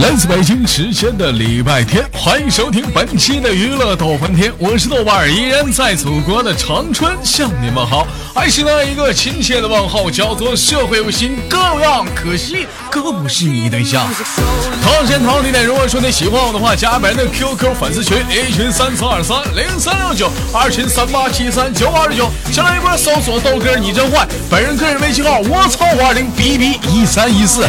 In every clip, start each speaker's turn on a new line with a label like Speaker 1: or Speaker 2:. Speaker 1: 来自北京时间的礼拜天，欢迎收听本期的娱乐逗翻天，我是豆瓣儿，依然在祖国的长春向你们好，还是那一个亲切的问候，叫做社会有心哥有样，可惜哥不是你对象。同样时间同样地点，如果说你喜欢我的话，加本人的 QQ 粉丝群，A 群三四二三零三六九，二群三八七三九二九，新浪微博搜索豆哥你真坏，本人个人微信号我操五二零 B B 一三一四。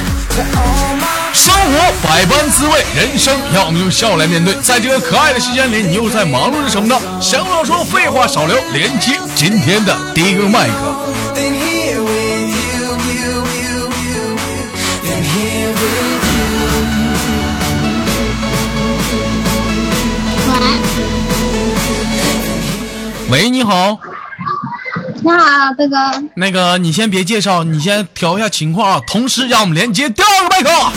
Speaker 1: 生活百般滋味，人生要么用笑来面对。在这个可爱的时间里，你又在忙碌着什么呢？想不想说废话少聊，连接今天的第一个麦克。喂，你好，
Speaker 2: 你好，豆哥。
Speaker 1: 那个你先别介绍，你先调一下情况啊。同时，让我们连接第二个麦克。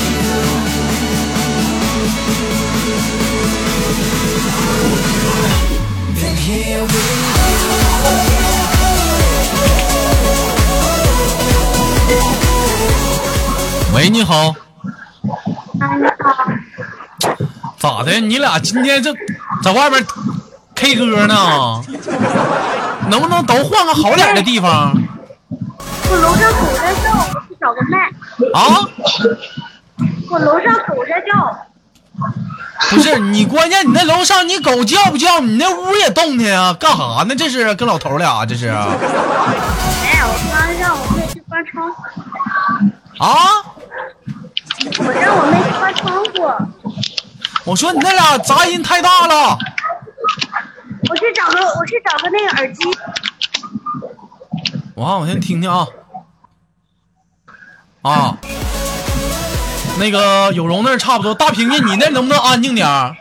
Speaker 1: 喂，你好，
Speaker 2: 啊，你好。
Speaker 1: 咋的？你俩今天这在外边 K 歌呢？能不能都换个好点的地方
Speaker 2: 我楼上狗在叫，我去找个麦。
Speaker 1: 啊？
Speaker 2: 我楼上狗在叫，
Speaker 1: 不是你，关键你那楼上你狗叫不叫？你那屋也动弹啊？干啥呢？这是跟老头俩这是啊？
Speaker 2: 哎，我刚让我妹去关窗户，
Speaker 1: 啊
Speaker 2: 我让我妹去关窗户，
Speaker 1: 我说你那俩杂音太大了。
Speaker 2: 我去找个我去找个那个耳机。
Speaker 1: 我看我先听听啊。啊，那个有容那儿差不多，大平平你那能不能安静点儿？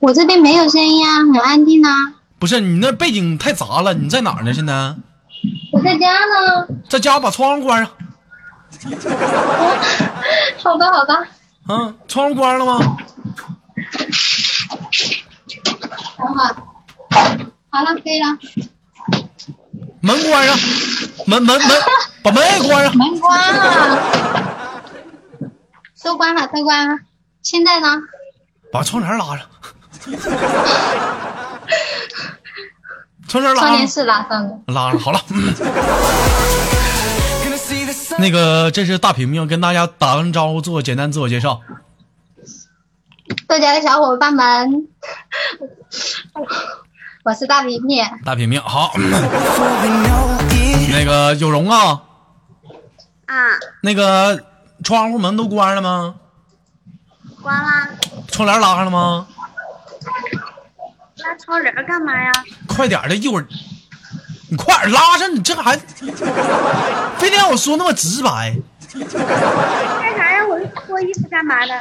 Speaker 2: 我这边没有声音啊，很安静啊。
Speaker 1: 不是你那背景太杂了，你在哪儿呢？现在
Speaker 2: 我在家呢。
Speaker 1: 在家把窗户关上。
Speaker 2: 好的，好的。
Speaker 1: 嗯，窗户关了吗？
Speaker 2: 等会儿。好了，可以了。
Speaker 1: 门关上，门门门，把门也关上。
Speaker 2: 门关了。都关了，都关了。现在呢？
Speaker 1: 把窗帘拉上，窗帘
Speaker 2: 窗
Speaker 1: 拉
Speaker 2: 帘
Speaker 1: 上，
Speaker 2: 是拉上的。
Speaker 1: 拉上好了。嗯那个，这是大平平跟大家打完招呼，做简单自我介绍。
Speaker 2: 豆家的小伙伴们，我是大饼饼。
Speaker 1: 大平平好，嗯那个有容啊，
Speaker 2: 啊，
Speaker 1: 那个窗户门都关了吗？
Speaker 2: 关啦，
Speaker 1: 窗帘拉上了吗？
Speaker 2: 拉窗帘干嘛呀？
Speaker 1: 快点儿的，一会儿你快点儿拉上，你这还非得让我说那么直白？
Speaker 2: 干啥呀？我是脱衣服干嘛的？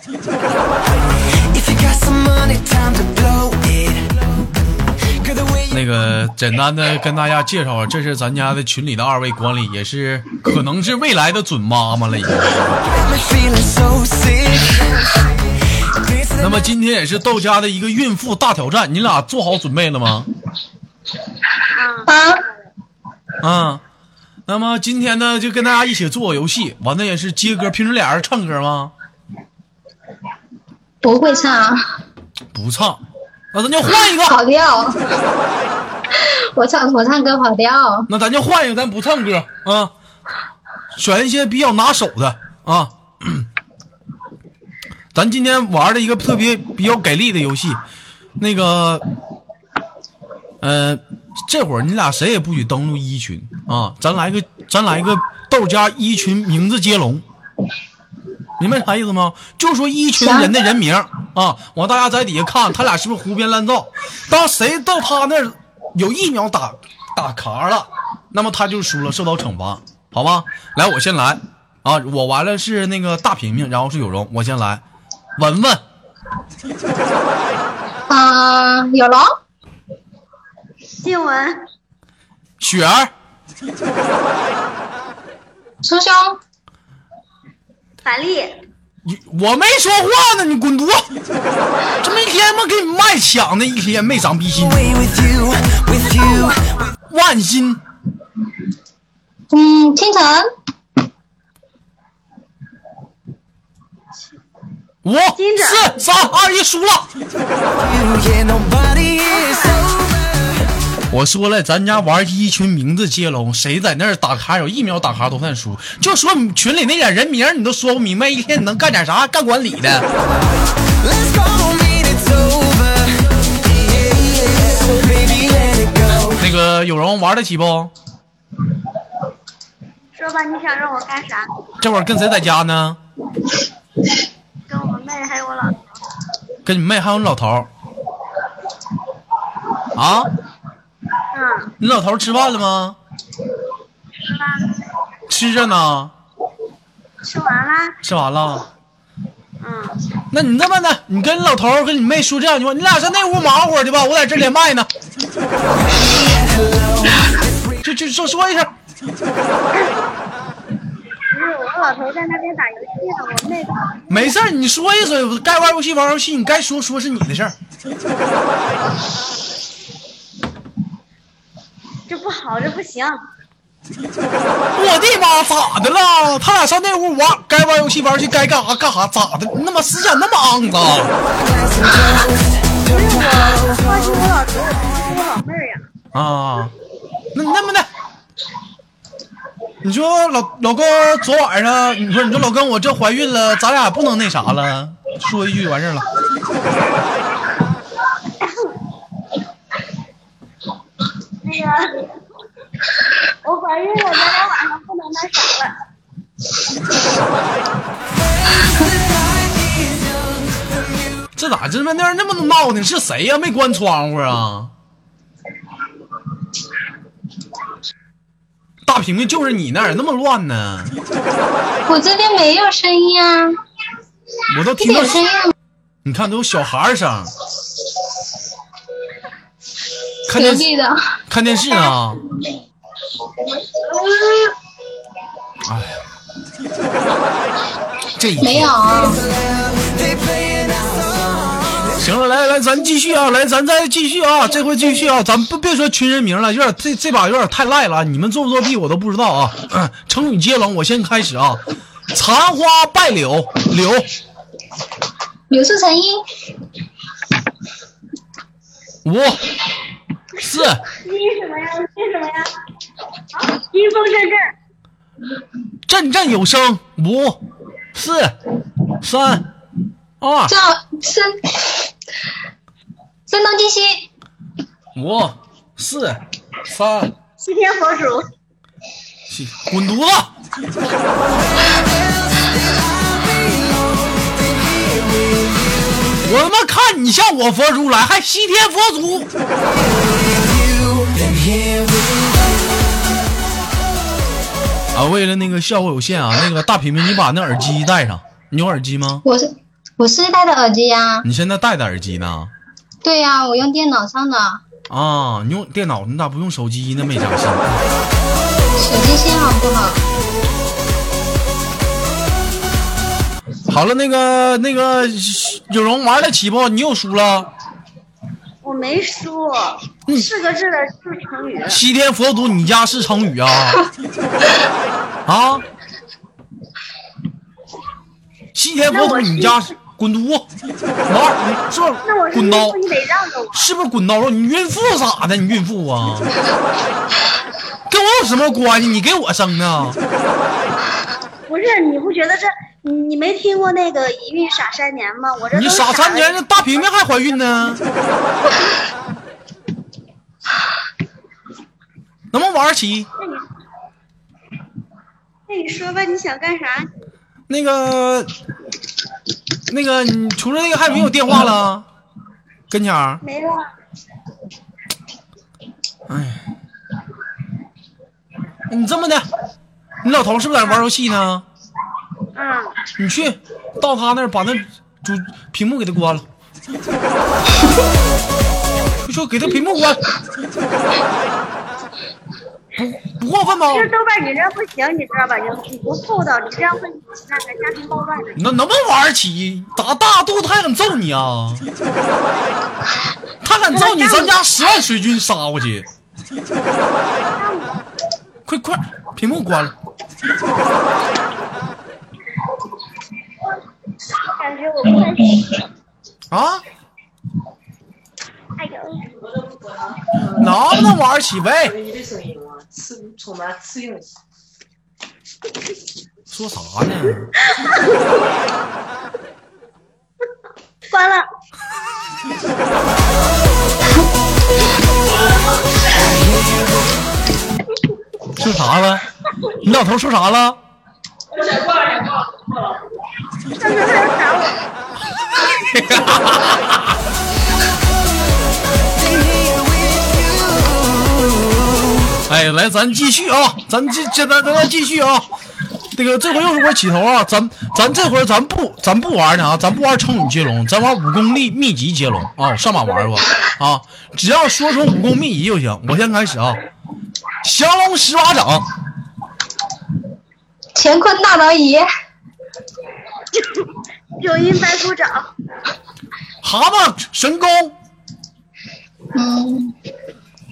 Speaker 3: If you got some money, time to blow it. Cause the way you
Speaker 1: 那个简单的跟大家介绍，这是咱家的群里的二位管理，也是可能是未来的准妈妈了已经。
Speaker 3: got me feeling so sick.
Speaker 1: 那么今天也是豆家的一个孕妇大挑战，你俩做好准备了吗？
Speaker 2: 啊，
Speaker 1: 啊、那么今天呢就跟大家一起做个游戏，完了也是接歌，平时俩人唱歌吗？
Speaker 2: 不会唱，
Speaker 1: 不唱，那咱就换一个，
Speaker 2: 跑调。我唱我唱歌跑调，
Speaker 1: 那咱就换一个，咱不唱歌啊，选一些比较拿手的啊。咱今天玩的一个特别比较给力的游戏，那个，呃，这会儿你俩谁也不许登录一群啊，咱来个咱来个豆家一群名字接龙，明白啥意思吗？就说一群人的人名啊，完大家在底下看他俩是不是胡编乱造，当谁到他那儿有一秒打打卡了，那么他就输了，受到惩罚，好吗？来，我先来啊，我完了是那个大平平，然后是有容，我先来，文文。
Speaker 2: 啊，有龙，静雯，
Speaker 1: 雪儿、
Speaker 2: 师兄，法力，
Speaker 1: 你我没说话呢，你滚犊子！这么一天妈给你麦抢的，一天没长逼心，
Speaker 3: Way with you, with you.
Speaker 1: 万心
Speaker 2: 嗯，清晨，
Speaker 1: 五、
Speaker 4: 金子
Speaker 1: 四、三、二、一，输了。
Speaker 3: You, yeah, nobody is over.
Speaker 1: 我说了，咱家玩一群名字接龙，谁在那儿打卡有一秒打卡都算输。就说你群里那点人名，你都说不明白，一天你能干点啥？ 干管理的，
Speaker 3: Let's go, mean it's over. Yeah, yeah. So baby, let it go.
Speaker 1: 那个有容玩得起不？
Speaker 4: 说吧，你想让我干啥？
Speaker 1: 这会儿跟谁在家呢？
Speaker 4: 跟我妹还有我老婆，
Speaker 1: 跟你妹还有你老头儿。啊，
Speaker 4: 嗯，
Speaker 1: 你老头儿吃饭了吗？
Speaker 4: 吃饭了，
Speaker 1: 吃着呢，
Speaker 4: 吃完啦，
Speaker 1: 吃完了。
Speaker 4: 嗯，
Speaker 1: 那你这么的，你跟老头儿跟你妹说这样一句话，你俩上那屋忙活去吧，我在这连麦呢。 就就说说一声，
Speaker 4: 不是我老头在那边打游戏呢，我妹
Speaker 1: 没事儿，你说一声，该玩游戏玩游戏，你该说说是你的事儿。
Speaker 4: 这不好，这不行，
Speaker 1: 我的妈，咋的了？他俩上那屋玩，该玩游戏玩游戏，该干啥干啥，咋的？那么思想那么肮脏
Speaker 3: Glass of toast to
Speaker 4: 关心我老头，我关心我老妹儿呀，
Speaker 1: 啊？那那么的，你说老老公昨晚上，你说你说老公我这怀孕了，咱俩不能那啥了，说一句完事儿了。
Speaker 4: 那个， 我怀孕了，咱俩晚上不能那啥了。
Speaker 1: 这咋这么那那么闹呢？是谁呀、没关窗户啊？大屏幕就是你那儿那么乱呢，
Speaker 2: 我这边没有声音啊，
Speaker 1: 我都
Speaker 2: 一
Speaker 1: 听到啊
Speaker 2: 点，声音
Speaker 1: 你看都有小孩儿声。看
Speaker 2: 隔
Speaker 1: 电视
Speaker 2: 壁的。
Speaker 1: 看电视啊呢，
Speaker 4: 嗯
Speaker 1: 哎呀，这一天
Speaker 2: 没有，
Speaker 3: They playing our song.
Speaker 1: 行了，来来，咱继续啊，来，咱再继续啊，这回继续啊，咱不别说群人名了，有点这这把有点太赖了，你们作不作弊我都不知道啊。嗯成语接龙，我先开始啊， 残花败柳，柳
Speaker 2: 柳树成荫，
Speaker 1: 五四
Speaker 4: 你什么呀？你什么呀？啊，金风阵阵，
Speaker 1: 振振有声，五四三二
Speaker 2: 叫声声东击西，
Speaker 1: 五四三，
Speaker 4: 西天佛祖，
Speaker 1: 起滚犊子！我他妈看你像我佛祖来，还西天佛祖。
Speaker 3: And here we
Speaker 1: 啊，为了那个效果有限啊，那个大平平，你把那耳机戴上。你有耳机吗？
Speaker 2: 我是我是戴的耳机呀、
Speaker 1: 你现在戴的耳机呢？
Speaker 2: 对呀、我用电脑上的，
Speaker 1: 啊，你用电脑，你咋不用手机呢？没啥事儿。
Speaker 2: 手机信号不好。
Speaker 1: 好了，那个那个有容玩得起不？你又输了。
Speaker 4: 我没输，四个字的是成语，
Speaker 1: 西天佛祖，你家是成 语啊？啊？西天佛祖，你家是滚犊子！玩你是不
Speaker 4: 那我
Speaker 1: 是
Speaker 4: 是
Speaker 1: 滚
Speaker 4: 孕
Speaker 1: 刀
Speaker 4: 妇，？你得让着我。
Speaker 1: 是不是滚刀肉？你孕妇咋的？你孕妇啊？跟我有什么关系？你给我生的？
Speaker 4: 不是，你不觉得这你你没听过那个一孕傻三年吗？我这都
Speaker 1: 你
Speaker 4: 是
Speaker 1: 傻三年，
Speaker 4: 了
Speaker 1: 这大平平还怀孕 呢？能不能玩儿起？
Speaker 4: 那你说吧，你想干啥？
Speaker 1: 那个，那个，你除了那个还没有电话了？跟前儿，
Speaker 4: 没了，
Speaker 1: 哎，你这么的，你老头是不是在玩游戏呢？
Speaker 4: 嗯，
Speaker 1: 你去到他那儿把那主屏幕给他关了， 就说给他屏幕关，不不过分吧？
Speaker 4: 这豆瓣你这样不行，你知道吧？你你不厚道，你这样会那个家庭暴乱的。
Speaker 1: 那能不能玩儿起？打大肚子还敢揍你啊？他敢揍你，咱家十万水军杀过去！快快，屏幕关了。
Speaker 4: 感觉我不能
Speaker 1: 啊，
Speaker 4: 哎呦，
Speaker 1: 能不能玩儿起喂？
Speaker 5: 你的声音啊，刺充满刺激。
Speaker 1: 说啥呢？
Speaker 4: 关了。
Speaker 1: 说啥了？你老头说啥了？
Speaker 4: 上次他要打我，
Speaker 1: 哎，来，咱继续啊，咱继这咱咱再继续啊。那个这回又是我起头啊，咱咱这回咱不咱不玩呢啊，咱不玩成语接龙，咱玩武功力秘籍接龙啊，上马玩吧啊，只要说出武功秘籍就行。我先开始啊，降龙十八掌，
Speaker 2: 乾坤大挪移，
Speaker 4: 九阴白骨爪，
Speaker 1: 蛤蟆神功
Speaker 2: 嗯，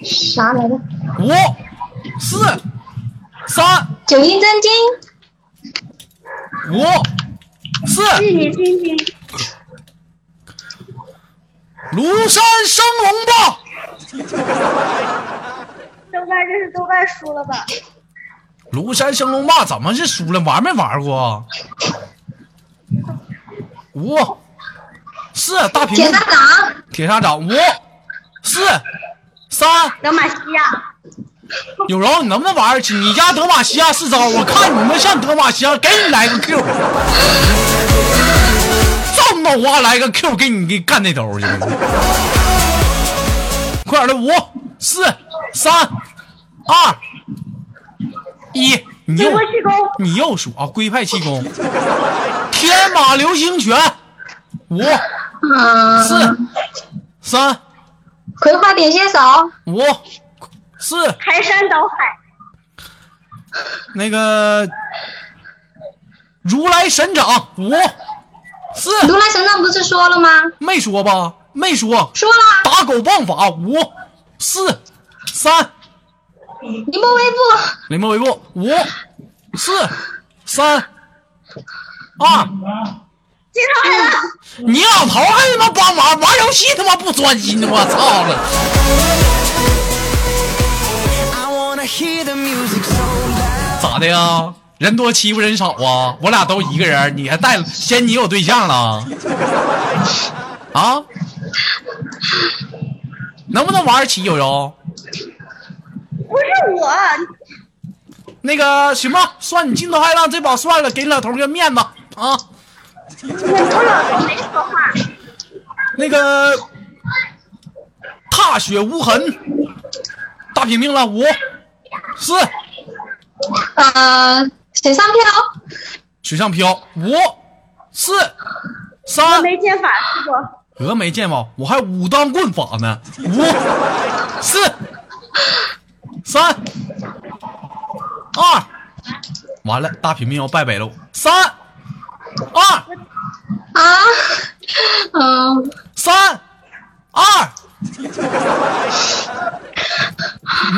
Speaker 2: 啥来着？
Speaker 1: 五四三
Speaker 2: 九阴真经，
Speaker 1: 五四
Speaker 4: 日女千金，
Speaker 1: 庐山升龙霸，
Speaker 4: 豆瓣这是豆瓣输了吧？
Speaker 1: 庐山升龙霸怎么是输了？玩没玩过？五四大屏
Speaker 2: 铁
Speaker 1: 幕
Speaker 2: 砂掌，
Speaker 1: 铁砂掌，五四三
Speaker 4: 德玛西亚，
Speaker 1: 有容，你能不能玩儿起？你家德玛西亚是招，我看你们像德玛西亚，给你来个 Q，这么花来个 Q 给你给干那头去，快点儿的，五四三二一，你
Speaker 4: 中
Speaker 1: 又
Speaker 4: 国气功，
Speaker 1: 你又数啊，龟派气功，天马流星拳，五
Speaker 2: 嗯，
Speaker 1: 四三
Speaker 2: 葵花点穴手，
Speaker 1: 五四。
Speaker 4: 排山倒海，
Speaker 1: 那个如来神掌五四
Speaker 2: 如来神掌不是说了吗？
Speaker 1: 没说吧？没说
Speaker 2: 说了，
Speaker 1: 打狗棒法五四三
Speaker 2: 凌波微步，
Speaker 1: 林波微步五四三二，
Speaker 4: 进上海了，
Speaker 1: 你老头还他妈帮忙玩游戏他妈不专心呢，我操了！
Speaker 3: I wanna hear the music so loud.
Speaker 1: 咋的呀？人多欺负人少啊！我俩都一个人，你还带嫌你有对象了？啊？能不能玩儿起有容？
Speaker 4: 不是我，
Speaker 1: 那个行吧，算你镜头还让这把算了，给老头个面子啊。
Speaker 4: 我老头没说话，
Speaker 1: 那个踏雪无痕，大平平了，五四
Speaker 2: 呃，水上漂，
Speaker 1: 水上漂，五四三
Speaker 4: 没剑法试过，
Speaker 1: 峨眉剑法，我还武当棍法呢，五四三二，完了，大平平要败北喽，三二
Speaker 2: 啊， 嗯，
Speaker 1: 三、二，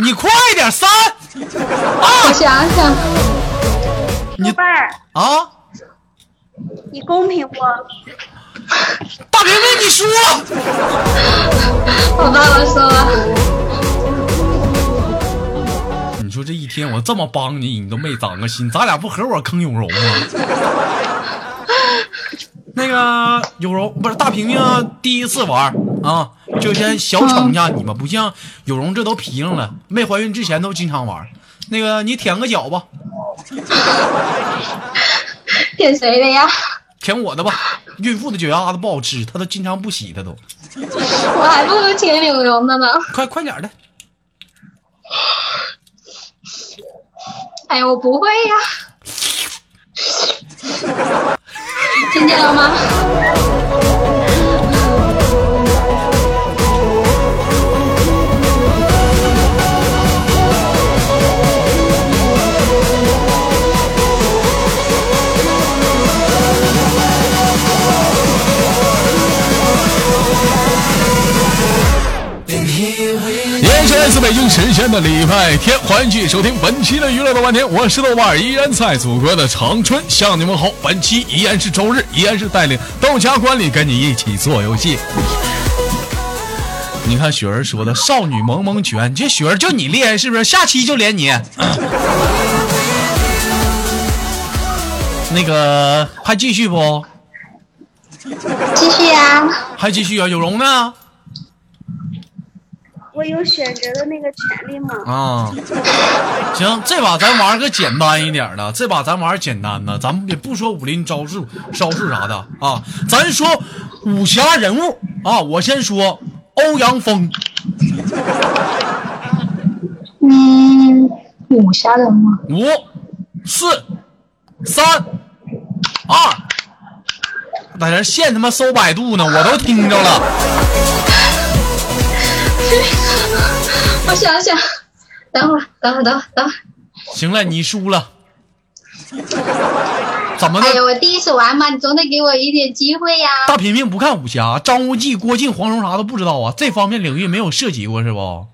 Speaker 1: 你快点！三、
Speaker 2: 我
Speaker 1: 二，
Speaker 2: 想想，
Speaker 1: 你
Speaker 4: 豆瓣儿，
Speaker 1: 啊！
Speaker 4: 你公平不？
Speaker 1: 大平平，你输了！
Speaker 2: 我爸爸说了，
Speaker 1: 你说这一天我这么帮你，你都没长个心，咱俩不合伙坑永荣吗？ 那个永荣不是大平平啊第一次玩啊，就先小惩一下你们，不像永荣这都皮上了，没怀孕之前都经常玩。那个你舔个脚吧，
Speaker 2: 骗谁的呀？
Speaker 1: 舔我的吧。孕妇的脚丫子不好吃，她都经常不洗，她都。
Speaker 2: 我还不如舔柳蓉的呢。
Speaker 1: 快快点儿的，
Speaker 2: 哎呀，我不会呀。 听见了吗？
Speaker 3: Then here we
Speaker 6: 也是来自自北京时间的礼拜天，欢迎继续收听本期的娱乐豆瓣天，我是豆瓣儿，依然在祖国的长春向你们好。本期依然是周日，依然是带领豆家管理跟你一起做游戏。你看雪儿说的“少女萌萌拳”，这雪儿就你厉害是不是？下期就连你。那个还继续不？
Speaker 2: 继续啊，
Speaker 1: 还继续啊？有容呢？
Speaker 4: 我有选择的那个权利吗？
Speaker 1: 啊，行，这把咱玩个简单一点的，这把咱玩简单的，咱们也不说武林招数、招式啥的啊，咱说武侠人物啊。我先说欧阳锋，
Speaker 2: 嗯，武侠人物，
Speaker 1: 五、四、三、二，在这现他妈搜百度呢，我都听着了。
Speaker 2: 我想想，等会儿，等会儿，等会儿，等会儿。
Speaker 1: 行了，你输了，怎么
Speaker 2: 哎呀，
Speaker 1: 的？
Speaker 2: 我第一次玩嘛，你总得给我一点机会呀、
Speaker 1: 大平平不看武侠，张无忌、郭靖、黄蓉啥都不知道啊，这方面领域没有涉及过是不？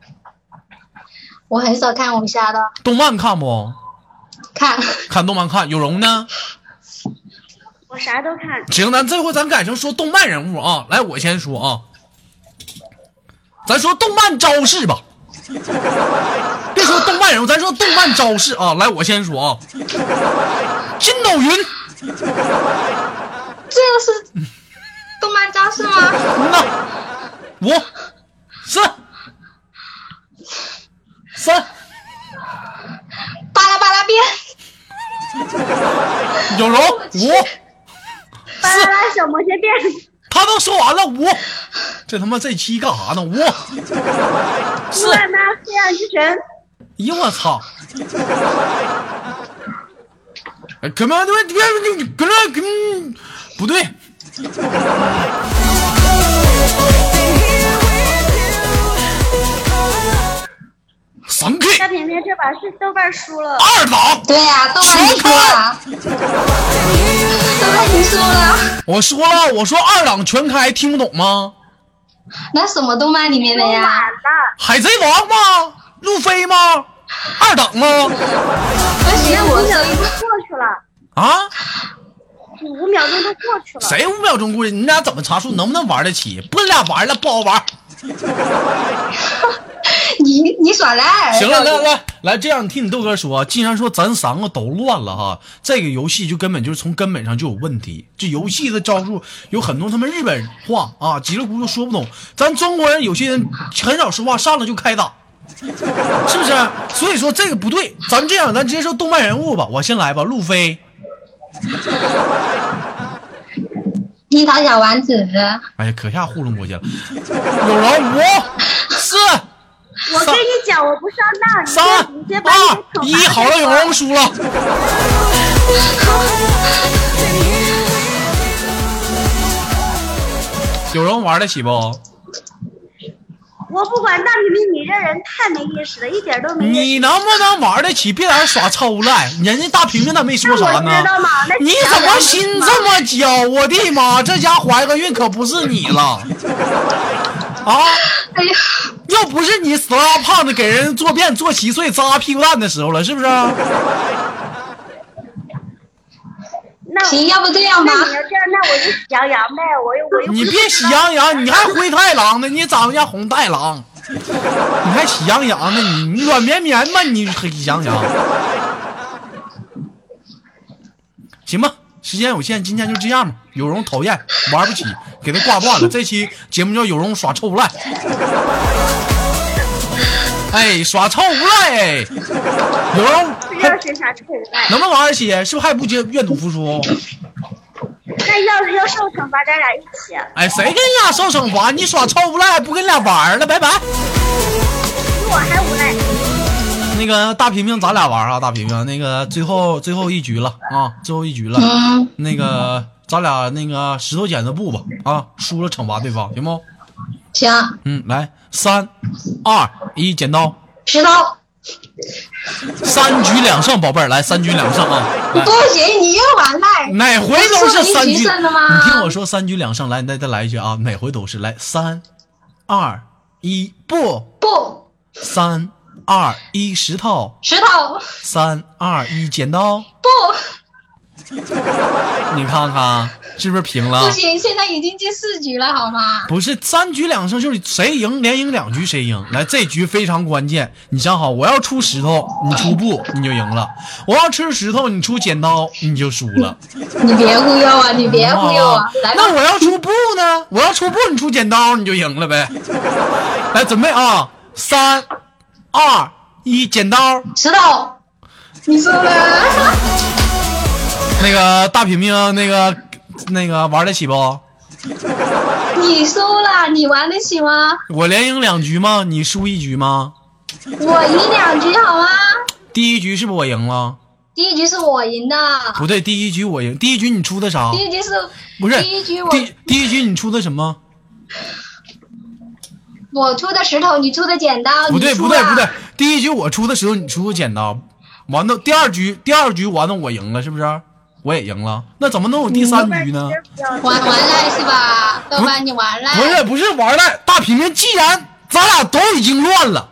Speaker 2: 我很少看武侠的，
Speaker 1: 动漫看不？
Speaker 2: 看
Speaker 1: 看动漫看有容呢？
Speaker 4: 我啥都看，
Speaker 1: 行，咱这回咱改成说动漫人物啊。来，我先说啊，咱说动漫招式吧，别说动漫人物，咱说动漫招式啊。来，我先说啊，筋斗云，
Speaker 2: 这个是动漫招式吗？
Speaker 1: 嗯呐，五、四、三，
Speaker 2: 巴拉巴拉变，
Speaker 1: 有容五，
Speaker 4: 巴啦啦小魔仙变，
Speaker 1: 他都说完了五，这他妈这期干啥呢？五、四。
Speaker 4: 万那飞扬之神，
Speaker 1: 哎呦我操！哎干嘛？对，别别别，搁这跟不对，三 K
Speaker 4: 大平平这把是豆瓣输了，
Speaker 1: 二档，
Speaker 2: 对呀、豆瓣你输了，豆瓣你输了，
Speaker 1: 我说了，我说二档全开，听不懂吗？
Speaker 2: 那什么动漫里面的呀？
Speaker 4: 了，
Speaker 1: 海贼王吗？路飞吗？二档吗？
Speaker 2: 不行，我搜一个，
Speaker 4: 过去了，
Speaker 1: 啊？
Speaker 4: 五秒钟都过去了，
Speaker 1: 谁五秒钟过去？你俩怎么查数？能不能玩得起？不，你俩玩了不好玩。
Speaker 2: 你你耍赖。
Speaker 1: 行了，来来来，这样你听你豆哥说，既然说咱三个都乱了哈，这个游戏就根本就是从根本上就有问题。这游戏的招数有很多他们日本话啊，叽里咕噜说不懂。咱中国人有些人很少说话，上来就开打， 是不是？所以说这个不对。咱这样，咱直接说动漫人物吧，我先来吧，路飞。
Speaker 2: 樱桃小丸子，
Speaker 1: 哎呀，可下糊弄过去了。有人五四
Speaker 4: 我跟你讲，我不上当，
Speaker 1: 三
Speaker 4: 你就直接把你
Speaker 1: 二
Speaker 4: 的惩
Speaker 1: 一，
Speaker 4: 罚
Speaker 1: 啊好了，有人输了。有人玩得起不？
Speaker 4: 我不管，大平平你这人太没意思了，一点都没意思。
Speaker 1: 你能不能玩得起？别在这耍抽赖，人家大平平咋没说啥
Speaker 4: 那我
Speaker 1: 呢
Speaker 4: 知道嘛那？
Speaker 1: 你怎么心这么焦？我的妈，这家怀个孕可不是你了啊！
Speaker 2: 哎呀，
Speaker 1: 要不是你死拉胖子给人坐便坐稀碎扎屁股蛋的时候了，是不是？
Speaker 4: 那
Speaker 2: 行，要不这样吧
Speaker 4: 那，你要这样，那我就喜羊羊呗，我哎又我又不
Speaker 1: 你
Speaker 4: 是
Speaker 1: 别喜羊羊，你还灰太狼呢？你长得像红太狼，你还喜羊羊呢？你你软绵绵吧，你喜羊羊。行吧，时间有限，今天就这样吧。有容讨厌，玩不起，给他挂断了。这期节目叫有容耍臭无赖。哎，耍臭无赖！哎有容
Speaker 4: 不知道谁啥臭赖。
Speaker 1: 能不能玩儿起？是不是还不接愿赌服输？
Speaker 4: 那要是要受惩罚，咱俩一起。
Speaker 1: 哎，谁跟你俩受惩罚？你耍臭无赖，不跟你俩玩儿了，拜拜。
Speaker 4: 比我还无赖，
Speaker 1: 那个大平平，咱俩玩啊，大平平，那个最后最后一局了啊，最后一局了，
Speaker 2: 嗯，
Speaker 1: 那个咱俩那个石头剪子布吧啊，输了惩罚对方，行不？
Speaker 2: 行，
Speaker 1: 嗯，来三二一，剪刀，
Speaker 2: 石头，
Speaker 1: 三局两胜，宝贝儿，来三局两胜啊，来
Speaker 2: 不行，你又玩赖。
Speaker 1: 哪回都是三
Speaker 2: 不是说一
Speaker 1: 局，
Speaker 2: 局胜的吗
Speaker 1: 你听我说，三局两胜，来，你再再来一局啊，哪回都是，来三二一，不，
Speaker 2: 不，
Speaker 1: 三二一，石头。
Speaker 2: 石头
Speaker 1: 三二一，剪刀。
Speaker 2: 不
Speaker 1: 你看看是不是平了
Speaker 2: 不？行，现在已经进四局了，好吗？
Speaker 1: 不是三局两胜，就是谁赢连赢两局谁赢。来，这局非常关键，你想好，我要出石头，你出布你就赢了；我要吃石头，你出剪刀你就输 了。
Speaker 2: 你别忽悠啊！你别忽悠啊！来吧，
Speaker 1: 那我要出布呢？我要出布，你出剪刀你就赢了呗。来，准备啊，三二一，剪刀。
Speaker 2: 石头，你说的
Speaker 1: 那个大平平，那个那个玩得起不？
Speaker 2: 你输了，你玩得起吗？
Speaker 1: 我连赢两局吗？你输一局吗？
Speaker 2: 我赢两局好吗？
Speaker 1: 第一局是不是我赢了？
Speaker 2: 第一局是我赢的，
Speaker 1: 不对，第一局我赢。第一局你出的啥？
Speaker 2: 第一局是
Speaker 1: 不是
Speaker 2: 第一局我
Speaker 1: 第第一局你出的什么？
Speaker 2: 我出的石头，你出的剪刀，
Speaker 1: 不对
Speaker 2: 呃你
Speaker 1: 不
Speaker 2: 输
Speaker 1: 对
Speaker 2: 了
Speaker 1: 不对，第一局我出的时候你出的剪刀，完了第二局第二局完了我赢了是不是？我也赢了，那怎么能有第三局呢？
Speaker 2: 玩玩赖是吧？豆瓣，你玩赖
Speaker 1: 不是不是玩赖，大平平，既然咱俩都已经乱了，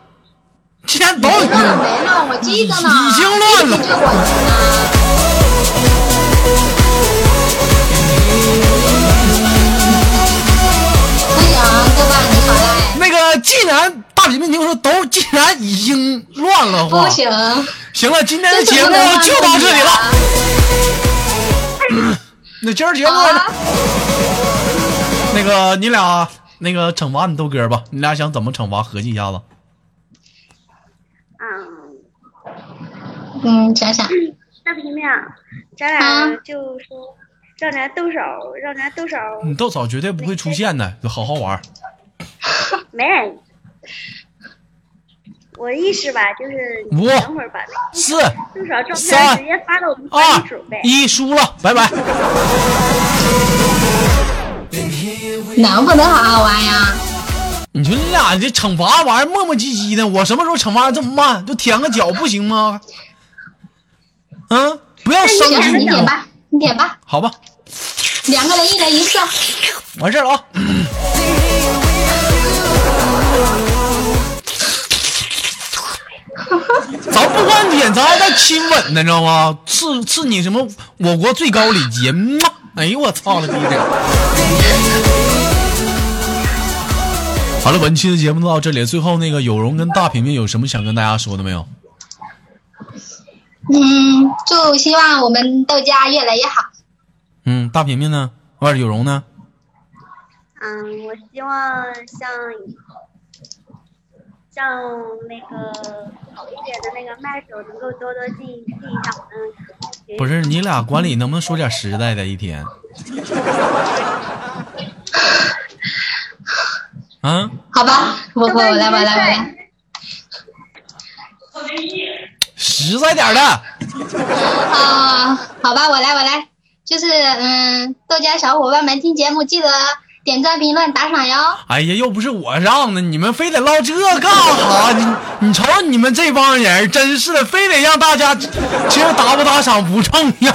Speaker 1: 既然都已
Speaker 2: 没
Speaker 1: 经
Speaker 2: 了没了，我记着呢，
Speaker 1: 已经乱了
Speaker 2: 第一局我赢了。不行，哎豆瓣你耍赖，
Speaker 1: 那个，既然大平平听说都既然已经乱了话，
Speaker 2: 不行，
Speaker 1: 行了，今天的
Speaker 2: 这
Speaker 1: 节
Speaker 2: 怎么
Speaker 1: 目
Speaker 2: 能让
Speaker 1: 就到
Speaker 2: 你
Speaker 1: 这里
Speaker 2: 啊
Speaker 1: 了。那今儿节目
Speaker 2: 好啊，
Speaker 1: 那个你俩那个惩罚你豆哥吧，你俩想怎么惩罚？合计一下子。
Speaker 4: 嗯，
Speaker 2: 嗯，想想，
Speaker 4: 大平平，咱
Speaker 2: 啊
Speaker 4: 俩就说让咱动手，让咱动手，
Speaker 1: 你豆嫂绝对嗯不会出现的，就好好玩。
Speaker 4: 没人。我的意思吧，就是
Speaker 1: 五
Speaker 4: 你等会儿把那
Speaker 1: 四
Speaker 4: 动手照
Speaker 1: 三
Speaker 4: 片直接发到我们
Speaker 1: 二
Speaker 4: 群里呗。
Speaker 1: 一，输了，拜拜。
Speaker 2: 能不能好好玩呀？
Speaker 1: 你说你俩这惩罚玩意儿磨磨唧唧的，我什么时候惩罚这么慢？就舔个脚不行吗？嗯，不要伤
Speaker 2: 行，你
Speaker 1: 筋
Speaker 2: 点
Speaker 1: 骨。
Speaker 2: 吧，你点吧，
Speaker 1: 好吧，
Speaker 2: 两个人一人一次，
Speaker 1: 完事儿了啊。咱不光检查，还带亲吻呢，你知道吗？赐赐你什么我国最高礼节？嗯嘛哎呦我操了逼的！好了，本期的节目就到这里。最后那个有容跟大平平有什么想跟大家说的没有？
Speaker 2: 嗯，祝希望我们豆家越来越好。
Speaker 1: 嗯，大平平呢？不是有容呢？
Speaker 4: 嗯，我希望像像那个好一点的那个麦手能够多多进进一下我们群
Speaker 1: 不是，你俩管理能不能说点实在的？一天。啊，
Speaker 2: 好吧，我我我来我来我来，
Speaker 1: 实在点儿的。
Speaker 2: 啊、好吧，我来我来，就是嗯，豆家小伙伴们听节目记得点赞、评论、打赏哟。
Speaker 1: 哎呀，又不是我让的，你们非得唠这干啥？你你瞅瞅你们这帮人，真是的，非得让大家，其实打不打赏不重要。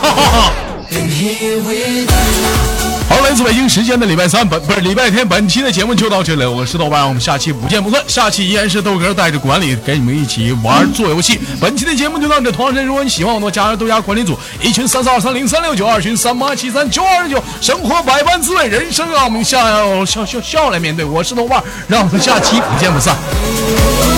Speaker 6: 好，来自北京时间的礼拜三本不是礼拜天，本期的节目就到这里了，我是豆瓣，我们下期不见不散。下期依然是豆哥带着管理给你们一起玩做游戏。本期的节目就到这，同样时间如果你喜欢我们，加入豆家管理组，一群三四二三零三六九，二群三八七三九二九，生活百般滋味，人啊生让我们笑笑笑笑来面对。我是豆瓣，让我们下期不见不散。
Speaker 3: Thank